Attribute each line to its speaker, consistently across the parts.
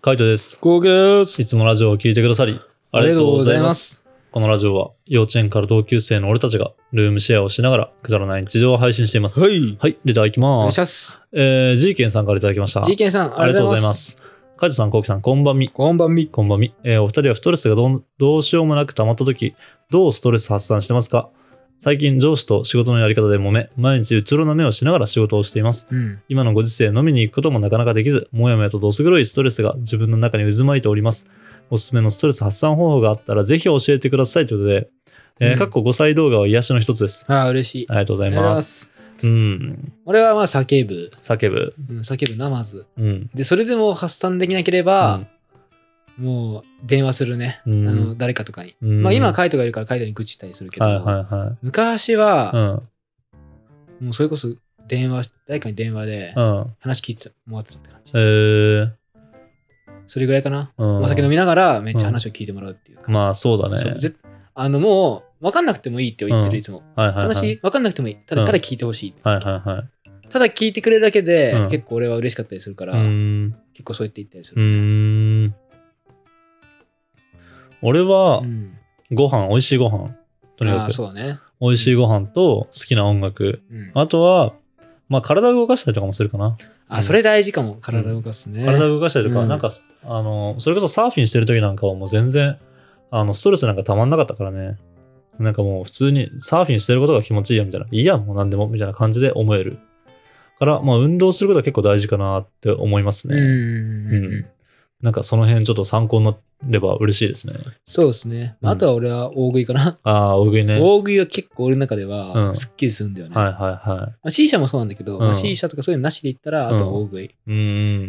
Speaker 1: カイトです。
Speaker 2: 合計です
Speaker 1: いつもラジオを聞いてくださり、ありがとうございます。。このラジオは、幼稚園から同級生の俺たちが、ルームシェアをしながら、くだらない日常を配信しています。
Speaker 2: はい。
Speaker 1: はい、レターいき
Speaker 2: お願
Speaker 1: ま
Speaker 2: いし
Speaker 1: す。
Speaker 2: ます。
Speaker 1: えー、ジーケンさんからいただきました。
Speaker 2: GK さん、
Speaker 1: ありがとうございま。す。カイトさん、コウキさん、こんばんみ。
Speaker 2: こんばんみ。
Speaker 1: こんばんみ。えーお二人はストレスがどうどうしようもなく溜まった時、どうストレス発散してますか最近上司と仕事のやり方で揉め、毎日うつろな目をしながら仕事をしています。
Speaker 2: うん。
Speaker 1: 今のご時世飲みに行くこともなかなかできず、もやもやとどす黒いストレスが自分の中に渦巻いております。おすすめのストレス発散方法があったらぜひ教えてくださいということで、え
Speaker 2: う
Speaker 1: ー、
Speaker 2: ん
Speaker 1: かっこ5歳動画は癒しの一つです。
Speaker 2: ああ、嬉しい。
Speaker 1: ありがとうござ
Speaker 2: あ
Speaker 1: い
Speaker 2: りがとうご
Speaker 1: ま。
Speaker 2: ざいますす。
Speaker 1: うん。
Speaker 2: 俺はまあ叫ぶ。
Speaker 1: 叫ぶ。
Speaker 2: うん、叫ぶな、まず。
Speaker 1: うん。
Speaker 2: で、それでも発散できなければ、もう電話するね。
Speaker 1: うん
Speaker 2: あの、誰かとかに。
Speaker 1: うん
Speaker 2: まあ今、カイトがいるからカイトに愚痴ったりするけど、
Speaker 1: はいはいはい。
Speaker 2: 昔
Speaker 1: う
Speaker 2: は、
Speaker 1: ん。
Speaker 2: もうそれこそ電話、誰かに電話で
Speaker 1: うん。
Speaker 2: 話聞いてもらってたって感じ
Speaker 1: え。ー。
Speaker 2: それぐらいかな。
Speaker 1: うん
Speaker 2: お酒飲みながらめっちゃ話を聞いてもらうっていうか。
Speaker 1: まあそうだね。
Speaker 2: そうぜあのもう分かんなくてもいいって言って
Speaker 1: うん
Speaker 2: るいつも
Speaker 1: はいはいはい。
Speaker 2: 話分かんなくてもいいただ
Speaker 1: うん
Speaker 2: ただ聞いてほしい
Speaker 1: はいはいはい。
Speaker 2: ただ聞いてくれるだけで
Speaker 1: うん
Speaker 2: 結構俺は嬉しかったりするから
Speaker 1: うーん。
Speaker 2: 結構そう言って言ったりす
Speaker 1: う
Speaker 2: る
Speaker 1: ーん。俺は
Speaker 2: う、ん
Speaker 1: ご飯、美味しいご飯。とに
Speaker 2: あ
Speaker 1: か
Speaker 2: あ
Speaker 1: く。
Speaker 2: そうだね
Speaker 1: 美味しいご飯と好きな音楽。
Speaker 2: うん
Speaker 1: あとは、まあ、体を動かしたりとかもするかな。
Speaker 2: あそれ大事かも体を動かすね
Speaker 1: 体を動かしたりとか、
Speaker 2: うん
Speaker 1: なんか、あの、それこそサーフィンしてる時なんかはもう全然、あの、ストレスなんかたまんなかったからね。なんかもう普通にサーフィンしてることが気持ちいいやみたいな。いいや、もう何でも、みたいな感じで思える。から、まあ、運動することは結構大事かなって思います
Speaker 2: うん
Speaker 1: ね。
Speaker 2: うん
Speaker 1: なんかその辺ちょっと参考になれば嬉しいですね。
Speaker 2: そうですねま
Speaker 1: う
Speaker 2: ああ
Speaker 1: ん
Speaker 2: とは俺は大食いかな
Speaker 1: ああ、大食いね。はい
Speaker 2: 大食いは結構俺の中で
Speaker 1: う
Speaker 2: は
Speaker 1: ん
Speaker 2: すっきりするんだよね
Speaker 1: はい
Speaker 2: ま
Speaker 1: は
Speaker 2: あ C 社もそうなんだけど
Speaker 1: うん
Speaker 2: まあ C 社とかそういうのなしで言ったらあとは大食い
Speaker 1: い。う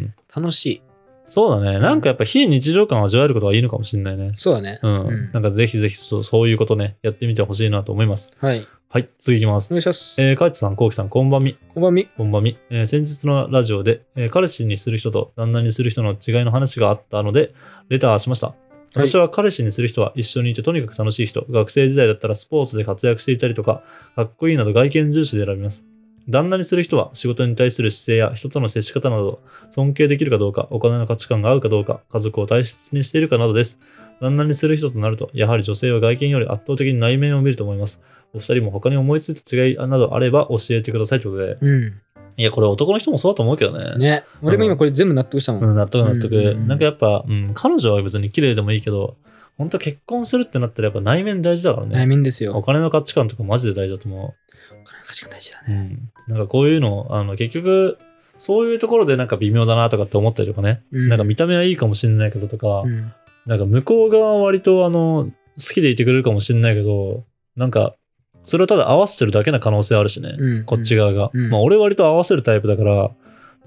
Speaker 1: ん。
Speaker 2: 楽しい
Speaker 1: そうだね。なんかやっぱ非日常感を味わえることがいいのかもしれないね。
Speaker 2: そうだね
Speaker 1: うん。
Speaker 2: うん
Speaker 1: なんかぜひぜひそうそういうことね、やってみてほしいなと思います。
Speaker 2: はい
Speaker 1: はい、次いきま
Speaker 2: お
Speaker 1: す。
Speaker 2: 願いします
Speaker 1: えー、カイトさん、コウキさん、こんばんみ。
Speaker 2: こんばんみ
Speaker 1: こんばんみ。えー先日のラジオで、えー彼氏にする人と旦那にする人の違いの話があったので、レターしました。
Speaker 2: はい
Speaker 1: 私は彼氏にする人は一緒にいてとにかく楽しい人、学生時代だったらスポーツで活躍していたりとか、かっこいいなど外見重視で選びます。旦那にする人は仕事に対する姿勢や人との接し方など、尊敬できるかどうか、お金の価値観が合うかどうか、家族を大切にしているかなどです。旦那にする人となると、やはり女性は外見より圧倒的に内面を見ると思います。お二人も他に思いついた違いなどあれば教えてくださいということで、
Speaker 2: うん
Speaker 1: いや、これ男の人もそうだと思うけどね。
Speaker 2: ね、俺も今これ全部納得したもん。
Speaker 1: うん、納得納得。
Speaker 2: うんうんうん
Speaker 1: なんかやっぱ、うん、彼女は別に綺麗でもいいけど、本当結婚するってなったらやっぱ内面大事だから
Speaker 2: 悩
Speaker 1: ね。
Speaker 2: みんですよ。
Speaker 1: お金の価値観とかマジで大事だと思
Speaker 2: お金の価値観大事だね。
Speaker 1: う。うん。なんかこういうの、あの、結局、そういうところでなんか微妙だなとかって思ったりとかね。
Speaker 2: うん
Speaker 1: なんか見た目はいいかもしれないけどとか、
Speaker 2: うん
Speaker 1: なんか向こう側は割とあの、好きでいてくれるかもしれないけど、なんか、それをただ合わせてるだけな可能性あるしね。
Speaker 2: うん
Speaker 1: こっち側が。
Speaker 2: うん
Speaker 1: まあ俺割と合わせるタイプだから、だか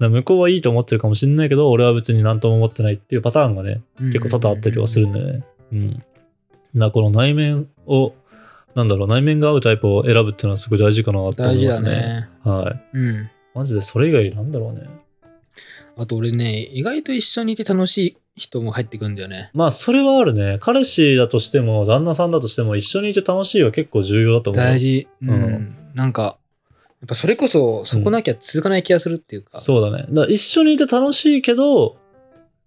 Speaker 1: ら向こうはいいと思ってるかもしれないけど、俺は別に何とも思ってないっていうパターンがね、結構多々あったりとかするん。でね。うん。だからこの内面を、なんだろう、内面が合うタイプを選ぶっていうのはすごい大事かなと思
Speaker 2: 大
Speaker 1: い
Speaker 2: 事
Speaker 1: ま
Speaker 2: だ
Speaker 1: すね。
Speaker 2: ね。
Speaker 1: はい。
Speaker 2: うん。
Speaker 1: マジでそれ以外なんだろうね。
Speaker 2: あと俺ね、意外と一緒にいて楽しい人も入ってくんだよね。
Speaker 1: まあそれはあるね。彼氏だとしても、旦那さんだとしても、一緒にいて楽しいは結構重要だと思う。
Speaker 2: 大事。うん。
Speaker 1: うん
Speaker 2: なんか、やっぱそれこそ、そこなきゃ続かない気がするっていうか。
Speaker 1: そうだね。だから一緒にいて楽しいけど、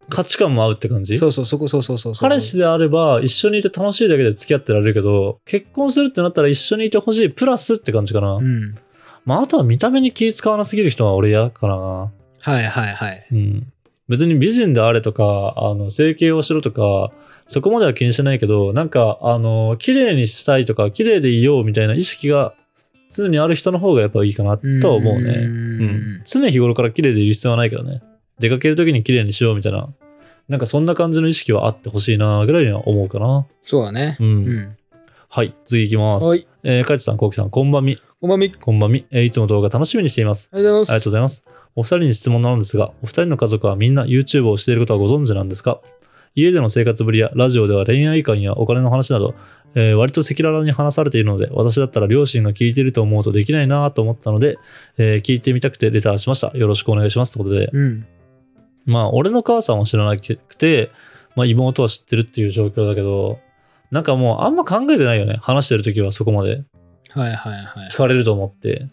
Speaker 1: 価値観も合うって感じ
Speaker 2: そうそう、そこそうそうそうそう。
Speaker 1: 彼氏であれば一緒にいて楽しいだけで付き合ってられるけど結婚するってなったら一緒にいてほしいプラスって感じかな、
Speaker 2: うん。
Speaker 1: まああとは見た目に気使わなすぎる人は俺嫌かな
Speaker 2: はいはいはい。
Speaker 1: うん別に美人であれとかあの整形をしろとかそこまでは気にしてないけどなんかあの綺麗にしたいとか綺麗でいようみたいな意識が常にある人の方がやっぱいいかなとは思うねう
Speaker 2: うん
Speaker 1: ん、常日頃から綺麗でいる必要はないけどね出かける時に綺麗にしようみたいななんかそんな感じの意識はあってほしいなぐらいには思うかな
Speaker 2: そうだね
Speaker 1: う。ん、
Speaker 2: うん。
Speaker 1: はい次いきます、
Speaker 2: はい。
Speaker 1: えー、かいちさんこうきさんこんばんみ
Speaker 2: おまみ。あり
Speaker 1: こんばんみ、えーいつも動画楽しみにしています
Speaker 2: がとうご
Speaker 1: あ
Speaker 2: ざい
Speaker 1: りがとうご
Speaker 2: ます。
Speaker 1: ざいます。お二人に質問なのですが、お二人の家族はみんな YouTube をしていることはご存知なんですか家での生活ぶりやラジオでは恋愛観やお金の話など、えー割と赤裸々に話されているので、私だったら両親が聞いていると思うとできないなぁと思ったので、えー聞いてみたくてレターしました。よろしくお願いします。ということで、
Speaker 2: うん。
Speaker 1: まあ、俺の母さんは知らなくて、まあ、妹は知ってるっていう状況だけど、なんかもうあんま考えてないよね。話してる時はそこまで。
Speaker 2: はいはいはい
Speaker 1: 聞。かれると思って、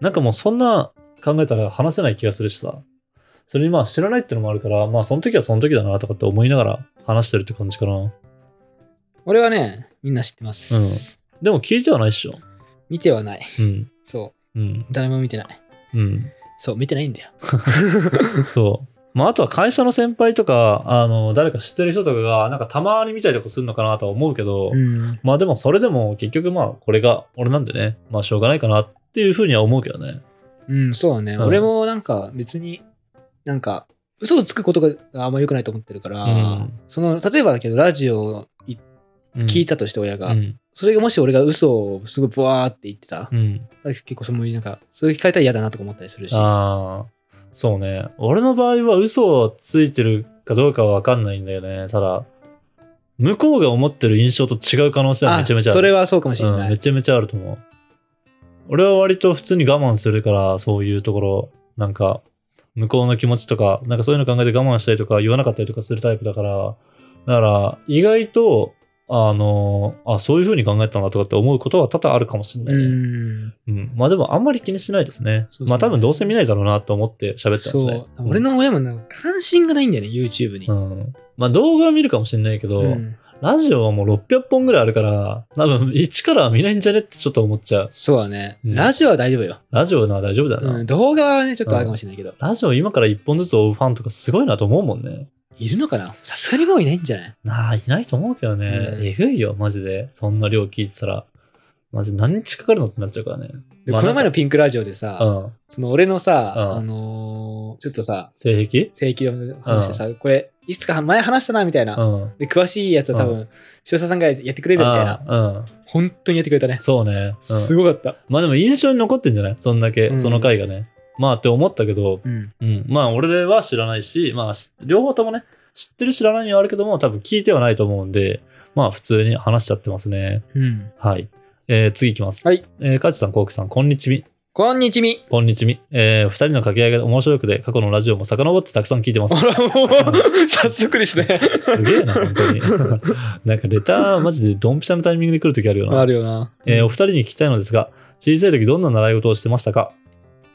Speaker 1: なんかもうそんな考えたら話せない気がするしさ、それにまあ知らないってのもあるから、まあその時はその時だなとかって思いながら話してるって感じかな。
Speaker 2: 俺はね、みんな知ってます。
Speaker 1: うんでも聞いてはないっしょ。
Speaker 2: 見てはない。
Speaker 1: うん。
Speaker 2: そ
Speaker 1: うん
Speaker 2: う。。誰も見てない。
Speaker 1: うん。
Speaker 2: そう、見てないんだよ。
Speaker 1: そう。まああとは会社の先輩とか、あの、誰か知ってる人とかが、なんかたまに見たりとかするのかなとは思うけど、
Speaker 2: うん。
Speaker 1: まあでもそれでも結局まあこれが俺なんでね、まあしょうがないかなっていうふうには思うけどね。
Speaker 2: うん、そうだね。
Speaker 1: うん
Speaker 2: 俺もなんか別に、なんか、嘘をつくことがあんま良くないと思ってるから、
Speaker 1: うん
Speaker 2: その、例えばだけど、ラジオをい
Speaker 1: うん
Speaker 2: 聞いたとして親が、
Speaker 1: うん。
Speaker 2: それがもし俺が嘘をすごいブワーって言ってた、
Speaker 1: うん。
Speaker 2: だから結構そのなんか、それ聞かれたら嫌だなとか思ったりするし。
Speaker 1: ああ、そうね。俺の場合は嘘をついてるかどうかはわかんないんだよね。ただ、向こうが思ってる印象と違う可能性はめちゃめちゃある。
Speaker 2: あそれはそうかもしれ
Speaker 1: うん、
Speaker 2: ない。
Speaker 1: めちゃめちゃあると思う。俺は割と普通に我慢するから、そういうところ、なんか、向こうの気持ちとか、なんかそういうの考えて我慢したりとか、言わなかったりとかするタイプだから、だから、意外と、あの、あ、そういう風に考えたんだとかって思うことは多々あるかもしれな
Speaker 2: う
Speaker 1: いね。
Speaker 2: ん。
Speaker 1: うん。まあでも、あんまり気にしないですね。
Speaker 2: そうですね
Speaker 1: まあ多分、どうせ見ないだろうなと思って喋ってます
Speaker 2: そ
Speaker 1: ね。
Speaker 2: う。俺の親もなんか関心がないんだよね、YouTube に。
Speaker 1: うん、うん。まあ動画は見るかもしれないけど、
Speaker 2: うん
Speaker 1: ラジオはもう600本ぐらいあるから、多分一からは見ないんじゃねってちょっと思っちゃう。
Speaker 2: そうだね。
Speaker 1: うん
Speaker 2: ラジオは大丈夫よ。
Speaker 1: ラジオなら大丈夫だよな。
Speaker 2: うん、動画はね、ちょっとあるかもしれないけど。
Speaker 1: ラジオ今から一本ずつ追うファンとかすごいなと思うもんね。
Speaker 2: いるのかなさすがにもういないんじゃない
Speaker 1: なあ、いないと思うけどね。
Speaker 2: うん
Speaker 1: えぐいよ、マジで。そんな量聞いてたら。マジ何日かかるのってなっちゃうからね。
Speaker 2: で
Speaker 1: まあ
Speaker 2: この前
Speaker 1: な
Speaker 2: のピンクラジオでさ、
Speaker 1: うん。
Speaker 2: その俺のさ、
Speaker 1: うん
Speaker 2: あのーちょっとさ、
Speaker 1: 性癖
Speaker 2: 正規の話でさ、これ、いつか前話したな、みたいな。
Speaker 1: うん。
Speaker 2: で、詳しいやつは多分、白沢さんがやってくれるみたいな。
Speaker 1: あうん。
Speaker 2: 本当にやってくれたね。
Speaker 1: そうね。う
Speaker 2: す
Speaker 1: ん、
Speaker 2: ごかった。
Speaker 1: まあでも印象に残ってんじゃないそんだけ、
Speaker 2: うん
Speaker 1: その回がね。まあって思ったけど、
Speaker 2: うん。
Speaker 1: うん。まあ俺は知らないし、まあし両方ともね、知ってる知らないにはあるけども、多分聞いてはないと思うんで、まあ普通に話しちゃってますね。
Speaker 2: うん。
Speaker 1: はい。えー、次いきます。
Speaker 2: はい。
Speaker 1: えー、かちさん、こうきさん、こんにちみ。
Speaker 2: こんに ちみ。
Speaker 1: こんにちみ。えー、二人の掛け合いが面白くて、過去のラジオも遡ってたくさん聞いてま
Speaker 2: あ
Speaker 1: す。
Speaker 2: ら、もう、早速ですね。
Speaker 1: すげえな、本当に。 なんかレター、マジでドンピシャのタイミングで来るときあるよな。
Speaker 2: るよな。
Speaker 1: えーお二人に聞きたいのですが、小さい時どんな習い事をしてましたか、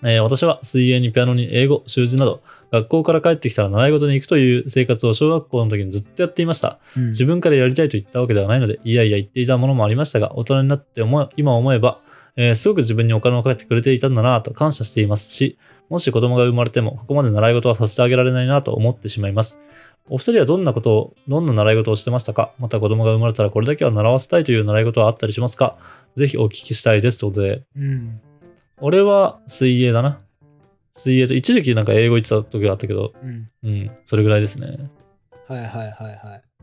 Speaker 1: えー私は水泳にピアノに英語、習字など、学校から帰ってきたら習い事に行くという生活を小学校の時にずっとやっていました。
Speaker 2: うん
Speaker 1: 自分からやりたいと言ったわけではないので、いやいや言っていたものもありましたが、大人になって思え今思えば、えーすごく自分にお金をかけてくれていたんだなぁと感謝していますし、もし子供が生まれても、ここまで習い事はさせてあげられないなぁと思ってしまいます。お二人はどんなことを、どんな習い事をしてましたかまた子供が生まれたらこれだけは習わせたいという習い事はあったりしますかぜひお聞きしたいです。ということで、
Speaker 2: うん。
Speaker 1: 俺は水泳だな。水泳と、一時期なんか英語言ってた時があったけど、
Speaker 2: うん。
Speaker 1: うん、それぐらいですね。
Speaker 2: はいはいはいはい。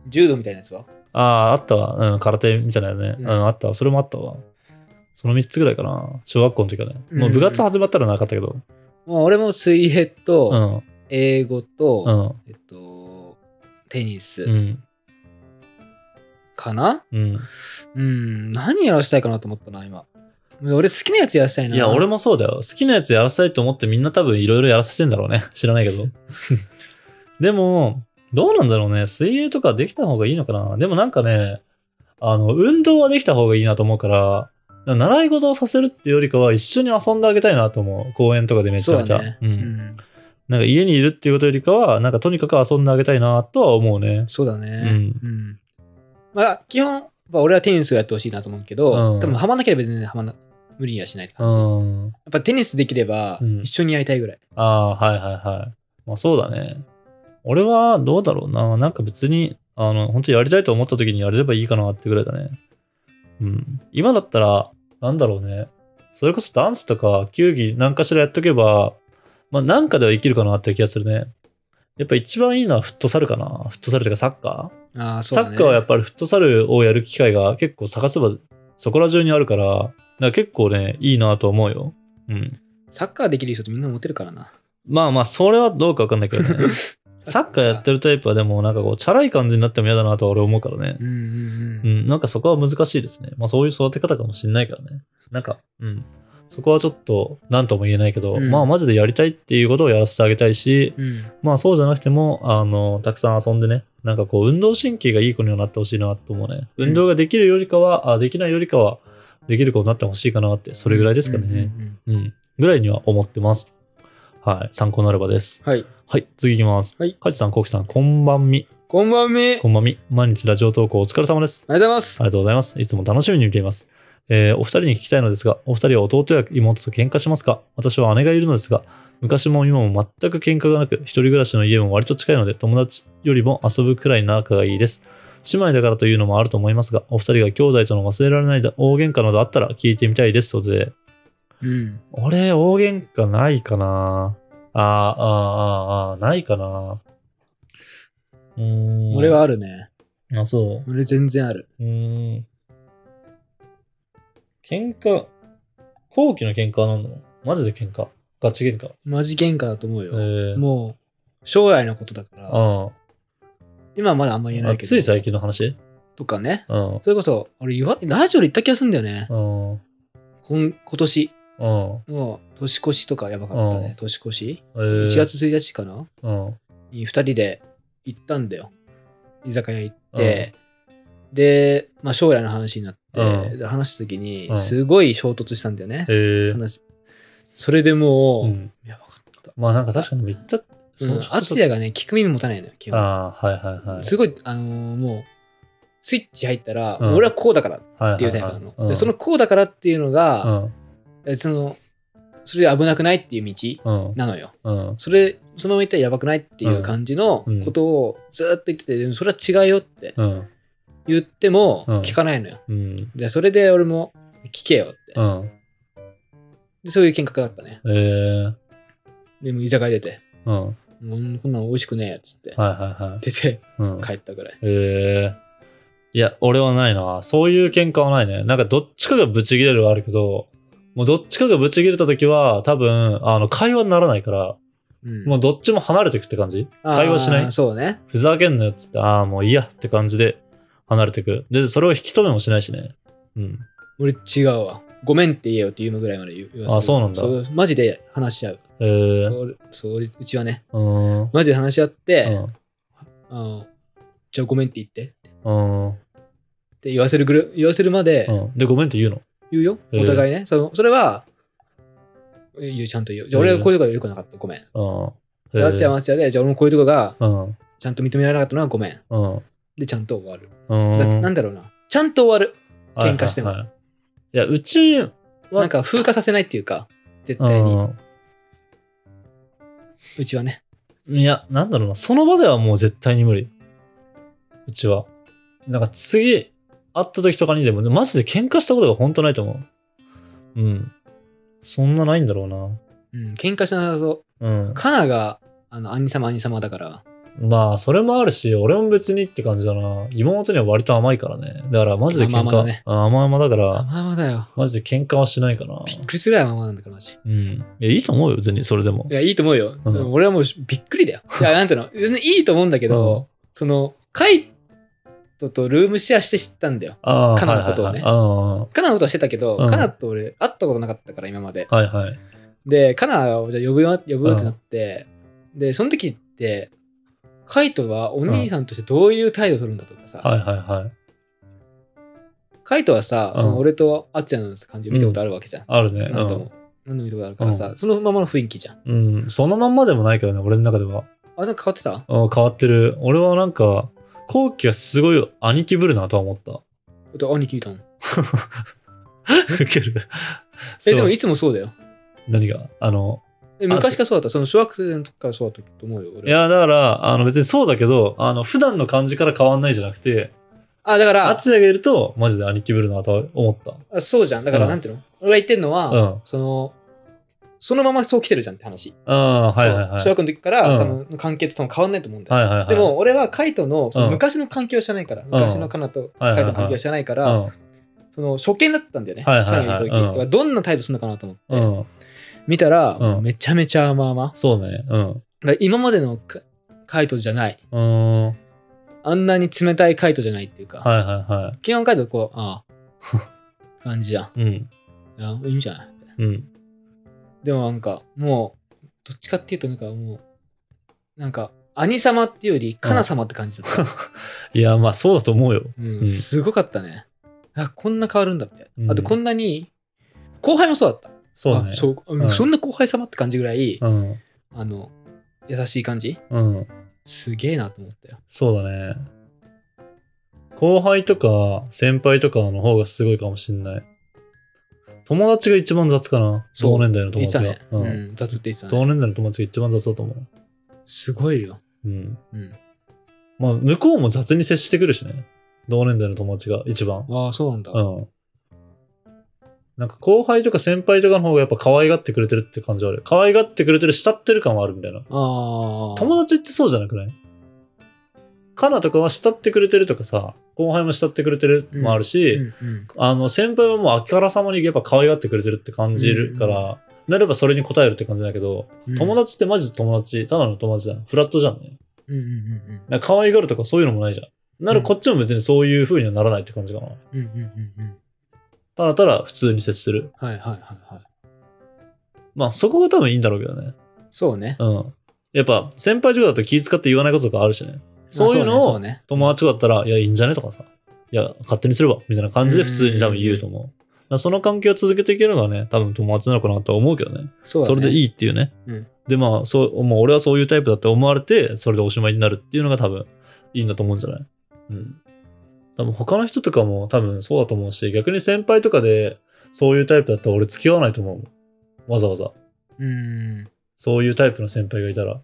Speaker 2: 柔道みたいなやつは
Speaker 1: ああ、あったわ。うん、空手みたいなね。う、
Speaker 2: うんん
Speaker 1: あったわ。それもあったわ。その3つぐらいかな。小学校の時はね。もう部活始まったらなかったけど。
Speaker 2: もう俺も水泳
Speaker 1: う
Speaker 2: と、
Speaker 1: ん、うん、
Speaker 2: 英語と、
Speaker 1: うん、
Speaker 2: えっと、テニス
Speaker 1: うん。
Speaker 2: かな、うん、何やらしたいかなと思ったな、今。俺好きなやつやらしたいな。
Speaker 1: いや、俺。もそうだよ。好きなやつやらせたいと思ってみんな多分いろいろやらせてんだろうね。 知らないけど。でも、どうなんだろうね。水泳とかできた方がいいのかな。でもなんかね、あの、運動はできた方がいいなと思うから、習い事をさせるっていうよりかは一緒に遊んであげたいなと思う。公園とかでめちゃ
Speaker 2: そう
Speaker 1: めちゃ。
Speaker 2: だね。
Speaker 1: う
Speaker 2: うんん。
Speaker 1: なんか家にいるっていうことよりかは、なんかとにかく遊んであげたいなとは思うね。
Speaker 2: そうだね。
Speaker 1: う
Speaker 2: うん。まあ、基本、まあ俺はテニスをやってほしいなと思うけ
Speaker 1: う
Speaker 2: ど、
Speaker 1: ん
Speaker 2: 多分ハマんなければ全然ハマんな、無理にはしないって
Speaker 1: う
Speaker 2: 感じ。や
Speaker 1: ん。
Speaker 2: っぱテニスできれば
Speaker 1: うん、
Speaker 2: 一緒にやりたいぐらい。
Speaker 1: ああ、はいはいはい。まあそうだね。俺はどうだろうな。なんか別に、あの、本当にやりたいと思った時にやれればいいかなってぐらいだね。うん。今だったら、なんだろうね。それこそダンスとか球技何かしらやっとけば、まあなんかでは生きるかなって気がするね。やっぱ一番いいのはフットサルかな。フットサルというかサッカー
Speaker 2: ああ、そ
Speaker 1: サ
Speaker 2: うだね。
Speaker 1: ッカーはやっぱりフットサルをやる機会が結構探せばそこら中にあるから、だから結構ね、いいなと思うよ。うん。
Speaker 2: サッカーできる人ってみんなモテるからな。
Speaker 1: まあまあ、それはどうかわかんないけど ね。サッカーやってるタイプはでもなんかこう、チャラい感じになっても嫌だなとは俺思うからね
Speaker 2: う。んうん
Speaker 1: う
Speaker 2: うん。
Speaker 1: ん、なんかそこは難しいですね。まあそういう育て方かもしれないからね。なんか、うん。そこはちょっと何とも言えないけど、
Speaker 2: うん
Speaker 1: まあマジでやりたいっていうことをやらせてあげたいし、
Speaker 2: うん。
Speaker 1: まあそうじゃなくても、あの、たくさん遊んでね、なんかこう、運動神経がいい子にはなってほしいなと思うね。
Speaker 2: うん
Speaker 1: 運動ができるよりかは、あできないよりかは、できる子になってほしいかなって、それぐらいですかね。
Speaker 2: うんうんうん
Speaker 1: うん。ぐらいには思ってます。はい、参考になればです。
Speaker 2: はい。
Speaker 1: はい、次いきます。
Speaker 2: はい
Speaker 1: カジさん、コウキさん、こんばんみ。
Speaker 2: こんばんみ。ありがと
Speaker 1: こんばんみ。毎日ラジオ投稿お疲れ様です。
Speaker 2: うございます
Speaker 1: あ。りがとうございます。いつも楽しみに見ています。えーお二人に聞きたいのですが、お二人は弟や妹と喧嘩しますか私は姉がいるのですが、昔も今も全く喧嘩がなく、一人暮らしの家も割と近いので、友達よりも遊ぶくらい仲がいいです。姉妹だからというのもあると思いますが、お二人が兄弟との忘れられない大喧嘩などあったら聞いてみたいです。ということで、
Speaker 2: うん。
Speaker 1: 俺、大喧嘩ないかなあーあー、あーあー、ないかなうーん。
Speaker 2: 俺はあるね。
Speaker 1: あ、そう。
Speaker 2: 俺全然ある。
Speaker 1: うーん。喧嘩、後期の喧嘩なんだのマジで喧嘩ガチ喧嘩
Speaker 2: マジ喧嘩だと思う
Speaker 1: え
Speaker 2: よ。
Speaker 1: ー、
Speaker 2: もう、将来のことだから、
Speaker 1: あ
Speaker 2: 今はまだあんま言え
Speaker 1: あ
Speaker 2: ない
Speaker 1: あ
Speaker 2: けど。
Speaker 1: つい最近の話
Speaker 2: とかね。
Speaker 1: うん。うん。
Speaker 2: それこそ、俺、岩手、ラジオで行った気がするんだよね。
Speaker 1: うん。
Speaker 2: こん今年
Speaker 1: うん
Speaker 2: の年越しとかやばかった
Speaker 1: うん
Speaker 2: ね。年越し
Speaker 1: えー、
Speaker 2: ?1。月1日かな
Speaker 1: うん。
Speaker 2: に2人で行ったんだよ。居酒屋行って。で、まあ、将来の話になって、
Speaker 1: うん
Speaker 2: で話した時に
Speaker 1: う、ん
Speaker 2: すごい衝突したんだよね
Speaker 1: え。ー。
Speaker 2: 話。それでもう、
Speaker 1: うん
Speaker 2: やばかった。
Speaker 1: まあなんか確かにめっちゃ、
Speaker 2: うん、敦也がね、聞く耳持たないのよ、基本。
Speaker 1: ああ、はいはいはい。
Speaker 2: すごい、あのーもう、スイッチ入ったら、
Speaker 1: うん
Speaker 2: 俺はこうだからっ
Speaker 1: はいはいはい
Speaker 2: ていうタイプなの。
Speaker 1: うん
Speaker 2: でそのこうだからっていうの
Speaker 1: う
Speaker 2: が、
Speaker 1: ん。
Speaker 2: えその、それで危なくないっていう道
Speaker 1: うん。
Speaker 2: なのよ。
Speaker 1: うん。
Speaker 2: それ、そのまま言ったらやばくないっていう感じの
Speaker 1: うん
Speaker 2: ことをずーっと言ってて、でもそれは違うよって
Speaker 1: うん。
Speaker 2: 言っても
Speaker 1: うん
Speaker 2: 聞かないのよ。
Speaker 1: うん。
Speaker 2: で、それで俺も聞けよって。
Speaker 1: うん。
Speaker 2: でそういう見学だったね。
Speaker 1: えー。
Speaker 2: でもう居酒屋出て、
Speaker 1: うん。はい
Speaker 2: もうこんなの美味しくねえっつって、
Speaker 1: はいはい。
Speaker 2: 出て
Speaker 1: うん。
Speaker 2: 帰ったぐらい。
Speaker 1: ええいや、俺はないな。そういう喧嘩はないね。なんかどっちかがブチギレるはあるけど、もうどっちかがブチギレた時は、多分、あの、会話にならないから、
Speaker 2: うん
Speaker 1: もうどっちも離れていくって感じ。
Speaker 2: あー
Speaker 1: 会話しない
Speaker 2: そうね。
Speaker 1: ふざけんなよっつって、ああ、もういいやって感じで離れていく。で、それを引き止めもしないしね。うん。
Speaker 2: 俺違うわ。ごめんって言えよって言うのぐらいまで言う言わせる。
Speaker 1: あそうなんだ
Speaker 2: そうマジで話し合う。
Speaker 1: ええ
Speaker 2: 俺そう俺うちはね、
Speaker 1: うん。うん。
Speaker 2: マジで話し合って、
Speaker 1: うん。
Speaker 2: あのじゃあごめんって言ってっ
Speaker 1: うん。
Speaker 2: て言わせるぐらい言わせるまで
Speaker 1: で、ごめんって言うの。
Speaker 2: 言うよ、
Speaker 1: えー
Speaker 2: お互いねそのそれは言うちゃんと言うじゃあ
Speaker 1: えー
Speaker 2: 俺がこういうとこが良くなかったごめん
Speaker 1: うん。
Speaker 2: で達也は達也でじゃあ俺もこういうとこが
Speaker 1: うん。
Speaker 2: ちゃんと認められなかったのはごめん
Speaker 1: うん。
Speaker 2: でちゃんと終わる、
Speaker 1: うん。
Speaker 2: だなんだろうなちゃんと終わる喧嘩しても
Speaker 1: はいはいはいいや、うちは、
Speaker 2: なんか風化させないっていうか絶対に
Speaker 1: うん
Speaker 2: うちはね
Speaker 1: いや、なんだろうな、その場ではもう絶対に無理。うちは。なんか次、会った時とかにでも、マジで喧嘩したことが本当ないと思う。うん。そんなないんだろう
Speaker 2: うん喧嘩しなさそう
Speaker 1: な。うん。
Speaker 2: カナがあの兄様兄様だから
Speaker 1: まあ、それもあるし、俺も別にって感じだな。妹には割と甘いからね。だから、マジで喧嘩。
Speaker 2: 甘々だね
Speaker 1: あ甘々だから、
Speaker 2: 甘々だよ
Speaker 1: マジで喧嘩はしないかな。
Speaker 2: びっくりするぐらい甘々なんだからマジ
Speaker 1: うん。いや、いいと思うよ、別に、それでも
Speaker 2: い。やいいと思うよ、
Speaker 1: うん
Speaker 2: でも俺はもうびっくりだよいやなんていうの全然いいと思うんだけど、
Speaker 1: うん
Speaker 2: そのカイトとルームシェアして知ったんだよ
Speaker 1: ああ、
Speaker 2: カナのことをね
Speaker 1: はいは
Speaker 2: カナのことはしてたけど、
Speaker 1: うん
Speaker 2: カナと俺会ったことなかったから今まで
Speaker 1: いはい。ああはいはい。
Speaker 2: でカナをじゃあ呼ぶよ呼ぶよってなって、でその時ってカイトはお兄さんとしてどういう態度を取るんだとかさ、
Speaker 1: はいはいはい。
Speaker 2: カイトはさ、
Speaker 1: うん
Speaker 2: その俺とアッチャの感じを見たことあるわけじゃん、
Speaker 1: あるね。
Speaker 2: 何度も何度も見たことあるからさ、そのままの雰囲気じゃん
Speaker 1: うん。うん。そのまんまでもないけどね、俺の中では。
Speaker 2: あなんか変わってた
Speaker 1: あ変わってる。俺はなんか、後期がすごい兄貴ぶるなとは思った。
Speaker 2: あ兄貴いたの
Speaker 1: ウ ケる。
Speaker 2: えでも
Speaker 1: そう
Speaker 2: いつもそうだよ
Speaker 1: 何があの、
Speaker 2: え昔からそうだった。その小学生の時からそうだったと思うよ。
Speaker 1: い
Speaker 2: 俺は
Speaker 1: や、だから、あの別にそうだけど、あの、普段の感じから変わんないじゃなくて、
Speaker 2: あ、だから、
Speaker 1: 厚也がいると、マジで兄貴ぶるなとは思った。
Speaker 2: あそうじゃん。だから、
Speaker 1: うん
Speaker 2: なんていうの俺が言ってんのは、
Speaker 1: うん
Speaker 2: その、そのままそう来てるじゃんって話。
Speaker 1: ああー、はいはい
Speaker 2: そう
Speaker 1: はい。
Speaker 2: 小学校の時から、
Speaker 1: うん
Speaker 2: 多分関係と多分変わんないと思うんだよ。
Speaker 1: はいはいはい。
Speaker 2: でも、俺はカイトのその
Speaker 1: うん
Speaker 2: 昔の関係を知らないから、昔のカナとカイトの関係を知らないか
Speaker 1: う
Speaker 2: ら、
Speaker 1: ん、
Speaker 2: その初見だったんだよね。
Speaker 1: はいはいはい
Speaker 2: カナがいる時
Speaker 1: う
Speaker 2: どんな態度するのかなと思
Speaker 1: う
Speaker 2: って、
Speaker 1: ん、
Speaker 2: 見たら、
Speaker 1: うん
Speaker 2: めちゃめちゃ甘々。
Speaker 1: そうね。うん。
Speaker 2: だから今までのカカイトじゃない。
Speaker 1: うーん、はい
Speaker 2: あんなに冷たいカイトじゃないっていうか、
Speaker 1: はいは
Speaker 2: 基本カイトこう、あ あ、感じじゃん。
Speaker 1: い。うん、
Speaker 2: いや、いいんじゃない
Speaker 1: うん、
Speaker 2: でもなんか、もう、どっちかっていうと、なんかもう、なんか、兄様っていうより、カナ様って感じだった。
Speaker 1: いや、まあそうだと思うよ。
Speaker 2: うん
Speaker 1: うん
Speaker 2: すごかったね。あ、こんな変わるんだって。
Speaker 1: うん
Speaker 2: あと、こんなに、後輩もそうだった。
Speaker 1: そうね。
Speaker 2: あそう、うん
Speaker 1: うん
Speaker 2: そんな後輩様って感じぐらい、
Speaker 1: うん。
Speaker 2: あの、優しい感じ
Speaker 1: うん。
Speaker 2: すげえなと思ったよ。
Speaker 1: そうだね。後輩とか先輩とかの方がすごいかもしんない。友達が一番雑かな。
Speaker 2: そう
Speaker 1: 同年代の友
Speaker 2: 言って
Speaker 1: 達
Speaker 2: た
Speaker 1: が。
Speaker 2: ね。
Speaker 1: う。
Speaker 2: うんん、雑って言ってたね。
Speaker 1: 同年代の友達が一番雑だと思う。
Speaker 2: すごいよ。
Speaker 1: うん。
Speaker 2: うん。
Speaker 1: まあ、向こうも雑に接してくるしね。同年代の友達が一番。
Speaker 2: ああ、そうなんだ。
Speaker 1: うん。なんか後輩とか先輩とかの方がやっぱ可愛がってくれてるって感じはある。可愛がってくれてる慕ってる感はあるみたいな。
Speaker 2: ああ。
Speaker 1: 友達ってそうじゃなくないカナとかは慕ってくれてるとかさ、後輩も慕ってくれてるもあるし、
Speaker 2: うんうん
Speaker 1: あの、先輩はもうあからさまにやっぱ可愛がってくれてるって感じるから、なればそれに応えるって感じだけど、
Speaker 2: うん
Speaker 1: 友達ってマジで友達、ただの友達だフラットじゃんね。
Speaker 2: うんうんうん
Speaker 1: なんか可愛がるとかそういうのもないじゃん。なる
Speaker 2: うん
Speaker 1: こっちも別にそういう風にはならないって感じかな。
Speaker 2: うんうんうんうん
Speaker 1: ただただ普通に接する。
Speaker 2: はいはいはいはい
Speaker 1: まあそこが多分いいんだろうけどね。
Speaker 2: そうね
Speaker 1: うん。やっぱ先輩とかだと気遣って言わないこととかあるしね。そういうの
Speaker 2: まあ
Speaker 1: を
Speaker 2: そうね
Speaker 1: 友達だったら、いや、いいんじゃねとかさ、いや、勝手にすれば、みたいな感じで普通に多分言うと思う。だからその関係を続けていけるのがね、多分友達なのかなとは思うけどね。
Speaker 2: そう
Speaker 1: そ
Speaker 2: だね
Speaker 1: れで
Speaker 2: い
Speaker 1: いいっていうね。
Speaker 2: うん
Speaker 1: で、まあ、そう、もう俺はそういうタイプだって思われて、それでおしまいになるっていうのが多分いいんだと思うんじゃないうん。多分他の人とかも多分そうだと思うし、逆に先輩とかでそういうタイプだったら俺付き合わないと思うもん。わざわざ。
Speaker 2: うん
Speaker 1: そういうタイプの先輩がいたら。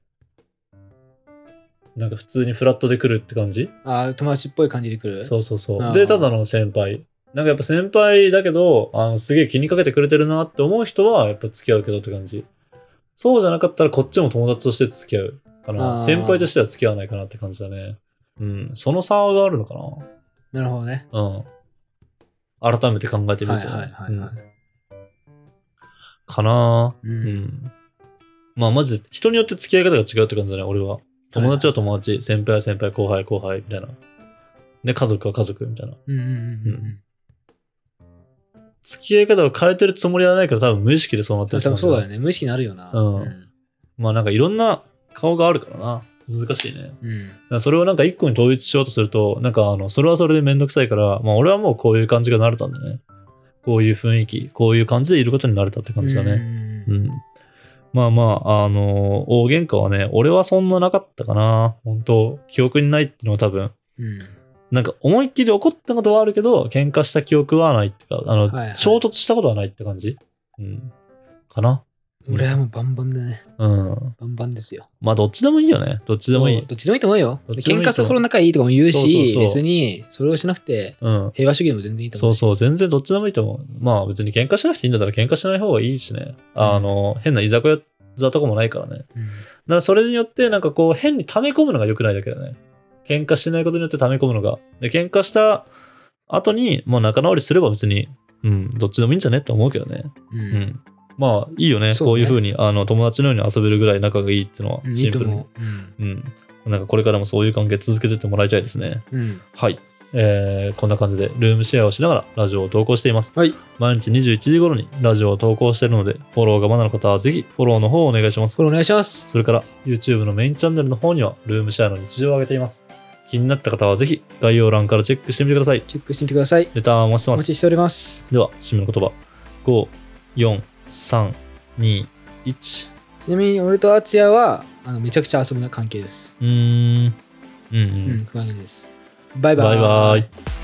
Speaker 1: なんか普通にフラットで来るって感じ
Speaker 2: あー友達っぽい感じで来る
Speaker 1: そうそうそう。
Speaker 2: あー
Speaker 1: で、ただの先輩。なんかやっぱ先輩だけど、あのすげえ気にかけてくれてるなって思う人は、やっぱ付き合うけどって感じ。そうじゃなかったらこっちも友達として付き合うか
Speaker 2: あ
Speaker 1: な。
Speaker 2: ー
Speaker 1: 先輩としては付き合わないかなって感じだね。うん。その差があるのか
Speaker 2: なるほどね
Speaker 1: な。うん。改めて考えてみ
Speaker 2: は
Speaker 1: る
Speaker 2: い
Speaker 1: と。
Speaker 2: はいはいは
Speaker 1: うん
Speaker 2: い
Speaker 1: かな
Speaker 2: う
Speaker 1: うんん。まあマジで人によって付き合い方が違うって感じだね、俺は。友達は友達、先輩は先輩、後輩は後輩、みたいな。で、家族は家族、みたいな。
Speaker 2: うんうんうんうん
Speaker 1: 付き合い方を変えてるつもりはないから多分無意識でそうなって
Speaker 2: でも
Speaker 1: る
Speaker 2: 多分そうだよ
Speaker 1: ね。
Speaker 2: ね無意識になるよな
Speaker 1: うん
Speaker 2: うん
Speaker 1: まあなんかいろんな顔があるからな。難しいね。だか
Speaker 2: うん
Speaker 1: らそれをなんか一個に統一しようとすると、なんかあの、それはそれでめんどくさいから、まあ俺はもうこういう感じが慣れたんだね。こういう雰囲気、こういう感じでいることに慣れたって感じだね。
Speaker 2: ね
Speaker 1: うん。まあまあ、あのー大喧嘩はね、俺はそんななかったかな。本当記憶にないっていうのは多分。
Speaker 2: うん
Speaker 1: なんか思いっきり怒ったことはあるけど、喧嘩した記憶はないってか、あの、
Speaker 2: はいはい
Speaker 1: 衝突したことはないって感じうん。かな。
Speaker 2: 俺はもうバンバンだね
Speaker 1: うん。
Speaker 2: バンバンですよ
Speaker 1: まあ、どっちでもいいよね。どっちでもい
Speaker 2: そう
Speaker 1: い。
Speaker 2: どっちでもいいと思うよ
Speaker 1: どっちでもいいと思
Speaker 2: 喧
Speaker 1: う
Speaker 2: 嘩するほど仲いいとかも言う
Speaker 1: そうそう
Speaker 2: し
Speaker 1: そう
Speaker 2: 別にそれをしなくて
Speaker 1: うん。
Speaker 2: 平和主義でも全然いいと
Speaker 1: そ
Speaker 2: 思う
Speaker 1: う
Speaker 2: し
Speaker 1: そう、全然どっちでもいいと思う。まあ、別に喧嘩しなくていいんだったら喧嘩しない方がいいしね。あの、変な居酒屋座とかもないからね。だか
Speaker 2: うん
Speaker 1: ら、それによって、なんかこう、変に溜め込むのが良くないだけだね。喧嘩しないことによって溜め込むのが。で、喧嘩した後に、もう仲直りすれば別に、うん、どっちでもいいんじゃねって思うけどね。
Speaker 2: う
Speaker 1: うんん。まあ、いいよね。
Speaker 2: そうね
Speaker 1: こういう風に、あの、友達のように遊べるぐらい仲がいいっていうのは、
Speaker 2: うんい
Speaker 1: シ
Speaker 2: い
Speaker 1: ンプ
Speaker 2: と
Speaker 1: ルに
Speaker 2: 思。ううん
Speaker 1: うん。なんかこれからもそういう関係続けてってもらいたいですね。
Speaker 2: うん
Speaker 1: はい。えーこんな感じでルームシェアをしながらラジオを投稿しています。
Speaker 2: はい
Speaker 1: 毎日21時頃にラジオを投稿しているので、フォローがまだの方はぜひフォローの方をお願いします。
Speaker 2: これお願いします
Speaker 1: それから YouTube のメインチャンネルの方にはルームシェアの日常を上げています。気になった方はぜひ概要欄からチェックしてみてください。
Speaker 2: チェックしてみてください
Speaker 1: レターをお待ちして
Speaker 2: お
Speaker 1: ま
Speaker 2: 待
Speaker 1: す。
Speaker 2: ちしております
Speaker 1: では、締めの言葉。5、4、3、2、1。
Speaker 2: ちなみに俺とアツヤはあのめちゃくちゃ遊ぶな関係です
Speaker 1: うーん。うんう。
Speaker 2: うんん不安ですバイバ
Speaker 1: バ
Speaker 2: ー
Speaker 1: イバイ。